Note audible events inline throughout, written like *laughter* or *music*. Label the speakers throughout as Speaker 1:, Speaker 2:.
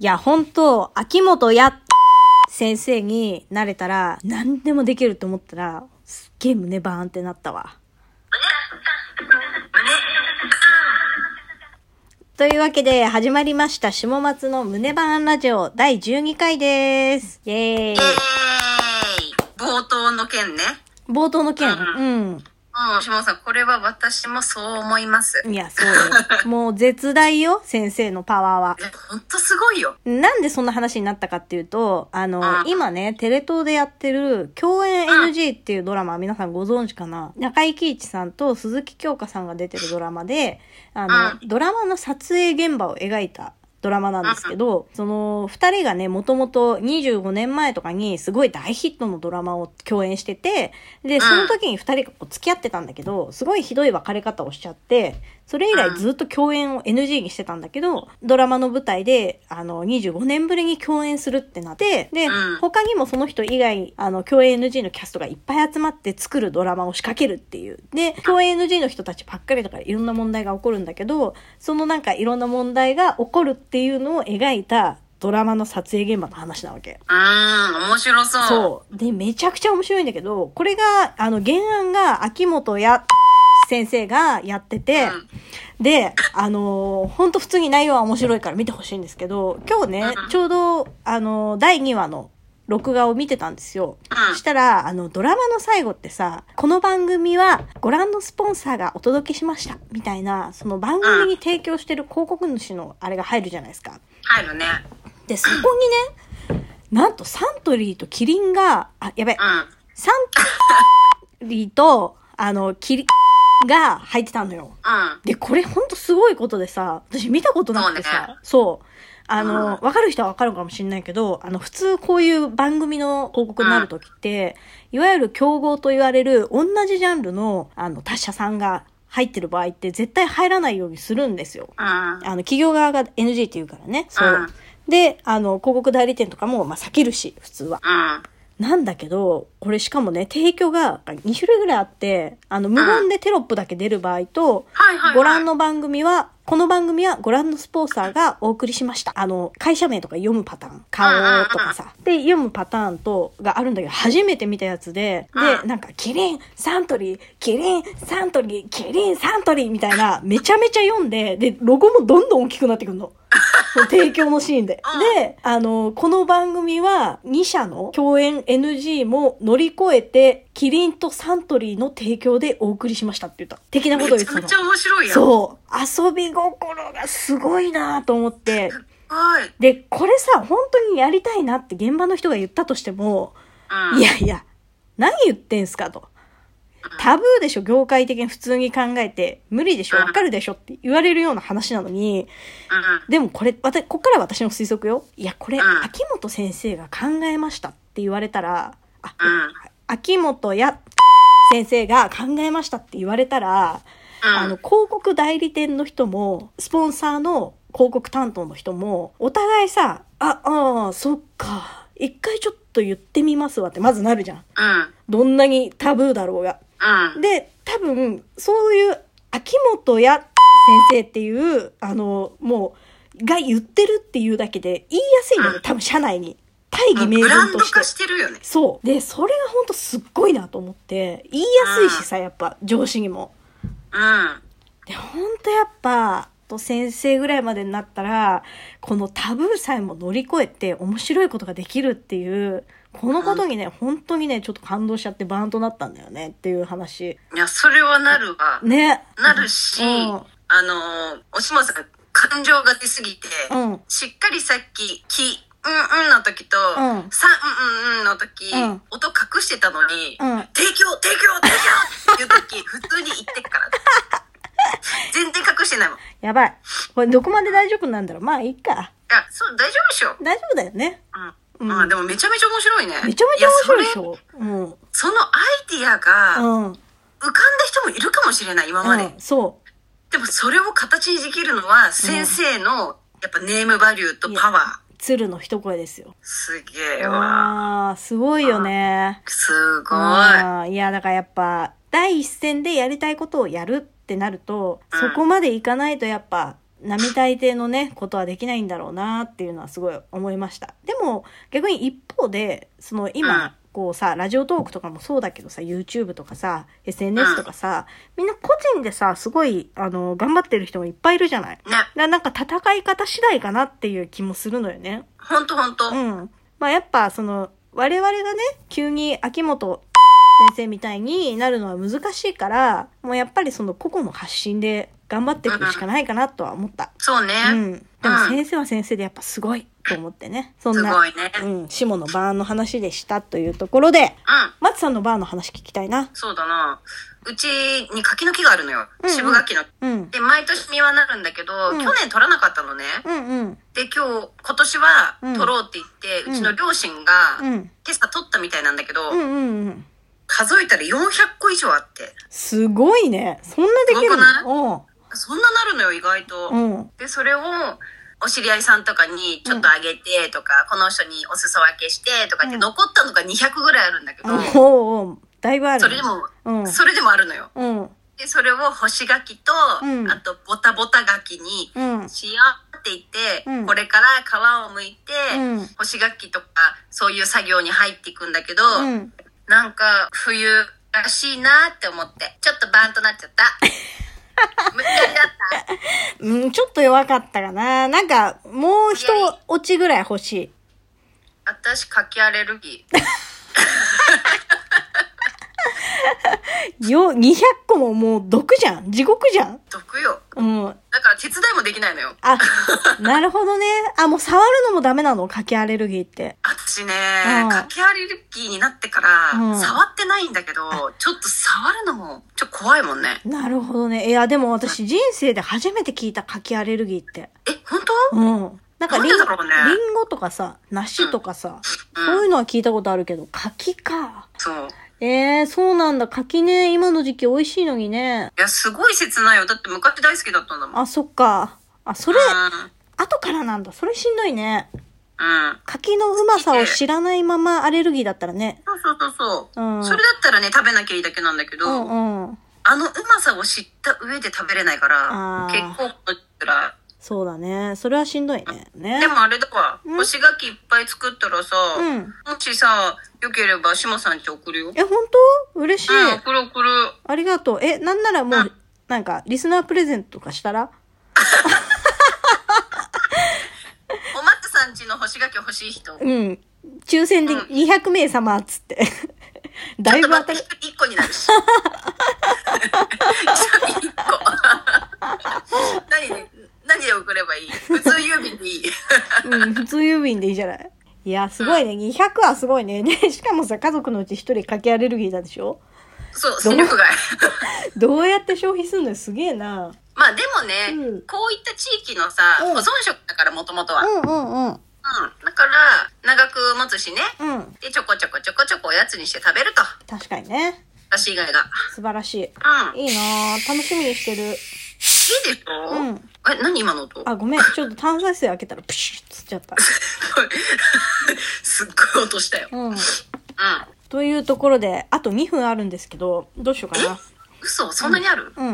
Speaker 1: いや、ほんと、秋元や、先生になれたら、何でもできると思ったら、すっげえ胸バーンってなったわ。というわけで、始まりました、下松の胸バーンラジオ第12回です。イェーイ
Speaker 2: イエ。ーイ冒頭の件ね。
Speaker 1: 冒頭の件、
Speaker 2: う
Speaker 1: うん。
Speaker 2: うん、下さん、これは私もそう思います。
Speaker 1: いや、そうよ。もう絶大よ、先生のパワーは。
Speaker 2: ほんとすごいよ。
Speaker 1: なんでそんな話になったかっていうと、あの、
Speaker 2: うん
Speaker 1: 今ね、テレ東でやってる、共演 NG っていうドラマ、皆さんご存知かな中井貴一さんと鈴木京香さんが出てるドラマで、あの、
Speaker 2: う
Speaker 1: ドラマの撮影現場を描いたドラマなんですけど、その、二人がね、もともと25年前とかにすごい大ヒットのドラマを共演してて、で、
Speaker 2: ん
Speaker 1: その時に二人がこう付き合ってたんだけど、すごいひどい別れ方をしちゃって、それ以来
Speaker 2: うん
Speaker 1: ずっと共演を NG にしてたんだけど、ドラマの舞台で、あの、25年ぶりに共演するってなって、で、
Speaker 2: うん
Speaker 1: 他にもその人以外、あの、共演 NG のキャストがいっぱい集まって作るドラマを仕掛けるっていう。で、共演 NG の人たちばっかりだからいろんな問題が起こるんだけど、そのなんかいろんな問題が起こるっていうのを描いたドラマの撮影現場の話なわけ。
Speaker 2: うーん、面白そう。
Speaker 1: そう。で、めちゃくちゃ面白いんだけど、これが、あの、原案が秋元や、先生がやってて、で、あのー、ほんと普通に内容は面白いから見てほしいんですけど、今日ね
Speaker 2: う、ん
Speaker 1: ちょうど、あのー、第2話の録画を見てたんですよ。
Speaker 2: うん
Speaker 1: したら、あの、ドラマの最後ってさ、この番組はご覧のスポンサーがお届けしました、みたいな、その番組に提供してる広告主のあれが入るじゃないですか。
Speaker 2: 入るね。
Speaker 1: で、そこにね、なんとサントリーとキリンが、あ、やべ、
Speaker 2: うん。
Speaker 1: サントリーと、あの、キリンが入ってたのよ。
Speaker 2: うん。
Speaker 1: で、これほんとすごいことでさ、私見たことなくてさ、そう,、あの、わかる人はわかるかもしれないけど、あの、普通こういう番組の広告になるときって、いわゆる競合と言われる同じジャンルの、あの、他社さんが入ってる場合って絶対入らないようにするんですよ。
Speaker 2: うん。
Speaker 1: あの、企業側が NG って言うからね。そう。
Speaker 2: うん
Speaker 1: で、あの、広告代理店とかも、まあ、避けるし、普通は。
Speaker 2: うん。
Speaker 1: なんだけど、これしかもね、提供が2種類ぐらいあって、あの、無言でテロップだけ出る場合と、
Speaker 2: はいはい、はい。
Speaker 1: ご覧。の番組は、この番組はご覧のスポンサーがお送りしました。あの、会社名とか読むパターン。顔とかさ。で、読むパターンと、があるんだけど、初めて見たやつで、で、なんか、キリン、サントリー、キリン、サントリー、キリン、サントリーみたいな、めちゃめちゃ読んで、で、ロゴもどんどん大きくなってくるの。その提供のシーンで。で、あの、この番組は2社の共演 NG も乗り越えて、キリンとサントリーの提供でお送りしましたって言った。的なことを言っ
Speaker 2: めち
Speaker 1: て
Speaker 2: ゃ
Speaker 1: た
Speaker 2: め
Speaker 1: の
Speaker 2: ち。ゃ面白いやん。う。
Speaker 1: そう。遊び心がすごいなと思って。
Speaker 2: はい。
Speaker 1: で、これさ、本当にやりたいなって現場の人が言ったとしても、
Speaker 2: うん。
Speaker 1: いやいや、何言ってんすかと。タブーでしょ、業界的に普通に考えて、無理でしょ、
Speaker 2: うん
Speaker 1: わかるでしょって言われるような話なのに、
Speaker 2: うん。
Speaker 1: でもこれ、私、こっからは私の推測よ。いや、これ、
Speaker 2: うん
Speaker 1: 秋元先生が考えましたって言われたら、あ、
Speaker 2: うん。
Speaker 1: 秋元や先生が考えましたって言われたら、
Speaker 2: うん。
Speaker 1: あの、広告代理店の人も、スポンサーの広告担当の人も、お互いさ、あ、ああ、そっか。一回ちょっと言ってみますわって、まずなるじゃん。
Speaker 2: うん。
Speaker 1: どんなにタブーだろうが。
Speaker 2: うん。
Speaker 1: で、多分、そういう、秋元や先生っていう、あの、もう、が言ってるっていうだけで、言いやすいんだよね、多分、社内に。大義名
Speaker 2: ブラ
Speaker 1: 分
Speaker 2: ンド
Speaker 1: として
Speaker 2: 化。してるよね。
Speaker 1: そう。で、それがほんとすっごいなと思って、言いやすいしさ、やっぱ、上司にも。
Speaker 2: うん。
Speaker 1: で、ほんとやっぱ、と先生ぐらいまでになったら、このタブーさえも乗り越えて面白いことができるっていう、このことにね、本当にね、ちょっと感動しちゃってバーンとなったんだよねっていう話。
Speaker 2: いや、それはなるわ。
Speaker 1: ね。
Speaker 2: なるし、
Speaker 1: うん
Speaker 2: あのー、おしもさん、感情が出すぎて、
Speaker 1: うん
Speaker 2: しっかりさっき、き、うんうんの時と、
Speaker 1: ん
Speaker 2: さ、うんうんうんの時、
Speaker 1: うん
Speaker 2: 音隠してたのに、
Speaker 1: うん
Speaker 2: 提供、提供、提供っていう時、 *laughs* 普通に言ってっから。全然隠してないもん。い
Speaker 1: やばい。これどこまで大丈夫なんだろう。まあいいか。
Speaker 2: や、そう、大丈夫でしょ。
Speaker 1: 大丈夫だよね。
Speaker 2: う
Speaker 1: うん
Speaker 2: ん。うん、でもめちゃめちゃ面白いね。
Speaker 1: めちゃめちゃ面白いでし
Speaker 2: や
Speaker 1: ょ。うん。
Speaker 2: それそのアイディアが、浮
Speaker 1: うん。
Speaker 2: かんだ人もいるかもしれない、今まで。
Speaker 1: うん、そ
Speaker 2: でもそれを形にできるのは先生のやっぱネームバリューとパワー。
Speaker 1: う。鶴の一声ですよ。
Speaker 2: すげえわ。
Speaker 1: ああ、すごいよね。
Speaker 2: すごい。
Speaker 1: あーいや、だからやっぱ、第一線でやりたいことをやるってなると、
Speaker 2: うん
Speaker 1: そこまでいかないとやっぱ、並大抵のねことはできないんだろうなっていうのはすごい思いましたでも逆に一方でその今、
Speaker 2: うん
Speaker 1: こうさラジオトークとかもそうだけどさ YouTube とかさ SNS とかさ、みんな個人でさすごいあの頑張ってる人もいっぱいいるじゃない
Speaker 2: ね、
Speaker 1: ななんか戦い方次第かなっていう気もするのよね
Speaker 2: ほんとほんと。
Speaker 1: う
Speaker 2: うん。
Speaker 1: んまあやっぱその我々がね急に秋元先生みたいになるのは難しいからもうやっぱりその個々の発信で頑張っていくしかないかなとは思った
Speaker 2: そうね。
Speaker 1: うんでも先生は先生でやっぱすごいと思ってねそん
Speaker 2: す
Speaker 1: な
Speaker 2: ごいね。う。
Speaker 1: うんん下のバーンの話でしたというところで松さんのバーンの話聞きたいな
Speaker 2: そうだな。うちに柿の木があるのよ。
Speaker 1: うんうん
Speaker 2: 渋柿の。
Speaker 1: うん
Speaker 2: で、毎年実はなるんだけど、
Speaker 1: ん
Speaker 2: 去年取らなかったのね。
Speaker 1: うんうん
Speaker 2: で、今日、今年は
Speaker 1: うん
Speaker 2: 取ろうって言っ
Speaker 1: う
Speaker 2: て、うんちの両親が、
Speaker 1: うん
Speaker 2: 今朝取ったみたいなんだけど、
Speaker 1: うんうんうん
Speaker 2: 数えたら400個以上あって。
Speaker 1: すごいねそんなできる
Speaker 2: すごくない
Speaker 1: の
Speaker 2: そんななるのよ、意外と。
Speaker 1: うんうん
Speaker 2: で、それを、お知り合いさんとかにちょっとあげてとか、この人にお裾分けしてとかって、
Speaker 1: うん
Speaker 2: 残ったのが200ぐらいあるんだけど、
Speaker 1: おうおうだいぶある
Speaker 2: それでも、
Speaker 1: うん
Speaker 2: それでもあるのよ。
Speaker 1: うん
Speaker 2: で、それを干し柿と、
Speaker 1: うん
Speaker 2: あとボタボタ柿に
Speaker 1: うん
Speaker 2: しようって言って、
Speaker 1: うん
Speaker 2: これから皮を剥いて、
Speaker 1: うん
Speaker 2: 干し柿とかそういう作業に入っていくんだけど、
Speaker 1: うん
Speaker 2: なんか冬らしいなって思って、ちょっとバーンとなっちゃ
Speaker 1: *laughs*
Speaker 2: った。無理やりだった。
Speaker 1: うん、ちょっと弱かったかな。なんか、もう一落ちぐらい欲しい。
Speaker 2: 私柿アレルギー。
Speaker 1: よ、200個ももう毒じゃん。地獄じゃん。
Speaker 2: 毒よ。
Speaker 1: うん。
Speaker 2: だから手伝いもできないのよ。 *laughs*
Speaker 1: あ、なるほどね。あ、もう触るのもダメなの柿アレルギーって。
Speaker 2: 私ね
Speaker 1: うん、
Speaker 2: 柿アレルギーになってから、
Speaker 1: うん
Speaker 2: 触ってないんだけど、ちょっと触るのも、ちょっと怖いもんね。
Speaker 1: なるほどね。いや、でも私人生で初めて聞いた柿アレルギーって。
Speaker 2: え、本当
Speaker 1: うん。なんかリン、
Speaker 2: なんでだろうね
Speaker 1: リンゴとかさ、梨とかさ、そういうのは聞いたことあるけど、柿か。
Speaker 2: そう。
Speaker 1: えー、そうなんだ。柿ね、今の時期美味しいのにね。
Speaker 2: いや、すごい切ないよ。だって昔大好きだったんだもん。
Speaker 1: あ、そっか。あ、それ、
Speaker 2: う
Speaker 1: 後からなんだ。それしんどいね。
Speaker 2: ん。うん。
Speaker 1: 柿のうまさを知らないままアレルギーだったらね。
Speaker 2: そうそうそうそう。
Speaker 1: うん
Speaker 2: それだったらね、食べなきゃいいだけなんだけど、
Speaker 1: うんうん。
Speaker 2: あのうまさを知った上で食べれないから
Speaker 1: あ、
Speaker 2: 結
Speaker 1: ー
Speaker 2: 構こっちら
Speaker 1: そうだね。それはしんどいね。ね
Speaker 2: で。もあれだわ、
Speaker 1: うん
Speaker 2: 干し柿いっぱい作ったらさ、
Speaker 1: うん
Speaker 2: もしさ、よければ志麻さんち送るよ。
Speaker 1: え、本当嬉しい。
Speaker 2: うん、送る送る。
Speaker 1: ありがとう。え、なんならも
Speaker 2: う、
Speaker 1: うんなんか、リスナープレゼントとかしたら
Speaker 2: お松さんちの干し柿欲しい人。
Speaker 1: うん。抽選で
Speaker 2: うん
Speaker 1: 200名様っつ
Speaker 2: *laughs*
Speaker 1: って。だいぶ当た
Speaker 2: ち
Speaker 1: り
Speaker 2: ょっ、と待って一個になるし。ちょ *laughs* っと一個。 *laughs* 何で、何で送ればいい普通郵便でいい。 *laughs*
Speaker 1: うん、普通郵便でいいじゃない。いや、すごいね。200はすごいね。で、しかもさ、家族のうち一人柿アレルギーなんでしょ
Speaker 2: そう、視力外。
Speaker 1: どうやって消費すんのよすげえな。
Speaker 2: *laughs* まあでもね、
Speaker 1: うん
Speaker 2: こういった地域のさ、
Speaker 1: うん
Speaker 2: 保存食だからもともとは。うん。
Speaker 1: うんうんうん。
Speaker 2: だから、長く持つしね。
Speaker 1: うん。
Speaker 2: で、ちょこちょこちょこちょこおやつにして食べると。
Speaker 1: 確かにね。
Speaker 2: 私以外が。
Speaker 1: 素晴らしい。
Speaker 2: うん。いい
Speaker 1: いいなぁ。楽しみにしてる。
Speaker 2: でしょ
Speaker 1: うん
Speaker 2: え、何今の音
Speaker 1: あ、ごめん。ちょっと炭酸水開けたらプシュッつっちゃった。
Speaker 2: *laughs* すっごい音したよ。うん。
Speaker 1: うん。というところで、あと2分あるんですけど、どうしようか
Speaker 2: 嘘そんなにある、
Speaker 1: な。う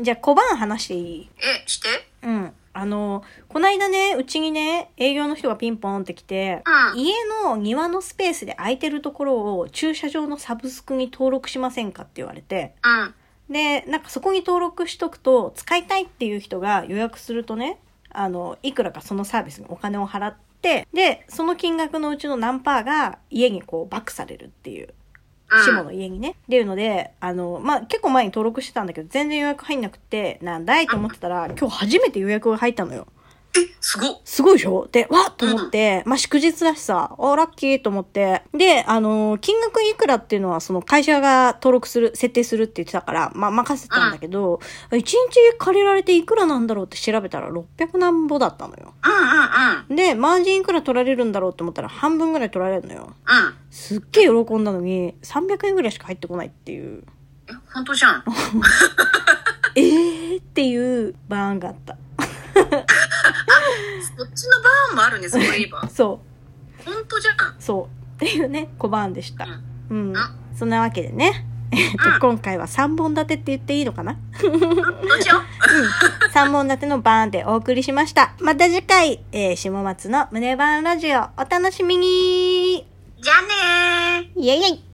Speaker 1: ん。じゃあ、小判話していい
Speaker 2: え、して
Speaker 1: うん。あの、こないだね、うちにね、営業の人がピンポンって来て、
Speaker 2: うん
Speaker 1: 家の庭のスペースで空いてるところを駐車場のサブスクに登録しませんかって言われて、
Speaker 2: うん。
Speaker 1: で、なんかそこに登録しとくと、使いたいっていう人が予約するとね、あの、いくらかそのサービスにお金を払って、で、その金額のうちの何パーが家にこうバックされるっていう、
Speaker 2: うん
Speaker 1: 下の家にね。っていうので、あの、まあ、結構前に登録してたんだけど、全然予約入んなくて、なんだいと思ってたら、今日初めて予約が入ったのよ。
Speaker 2: え、すごっ。
Speaker 1: すごいでしょで、わっと思って、まあ、祝日だしさ、おラッキーと思って。で、あのー金額いくらっていうのは、その会社が登録する、設定するって言ってたから、まあ、任せたんだけど、1日借りられていくらなんだろうって調べたら600何ぼだったのよ。
Speaker 2: うんうんうん。
Speaker 1: で、マージンいくら取られるんだろうって思ったら半分ぐらい取られるのよ。
Speaker 2: うん。
Speaker 1: すっげえ喜んだのに、300円ぐらいしか入ってこないっていう、
Speaker 2: え、本当じ *laughs* ゃん。
Speaker 1: えー *laughs* っていうバーンがあった。。
Speaker 2: そっちのバーンもあるね、そういえば
Speaker 1: そう。
Speaker 2: *laughs* 本当じゃん。
Speaker 1: そう。っていうね、小判でした。うん。
Speaker 2: ん
Speaker 1: そんなわけでね。えっと、今回は3本立てって言っていいのかな *laughs*
Speaker 2: どうしよう
Speaker 1: ?3 本立てのバーンでお送りしました。また次回、えー、下松の胸バーンラジオ、お楽しみに
Speaker 2: じゃあねー。
Speaker 1: イェイイェイ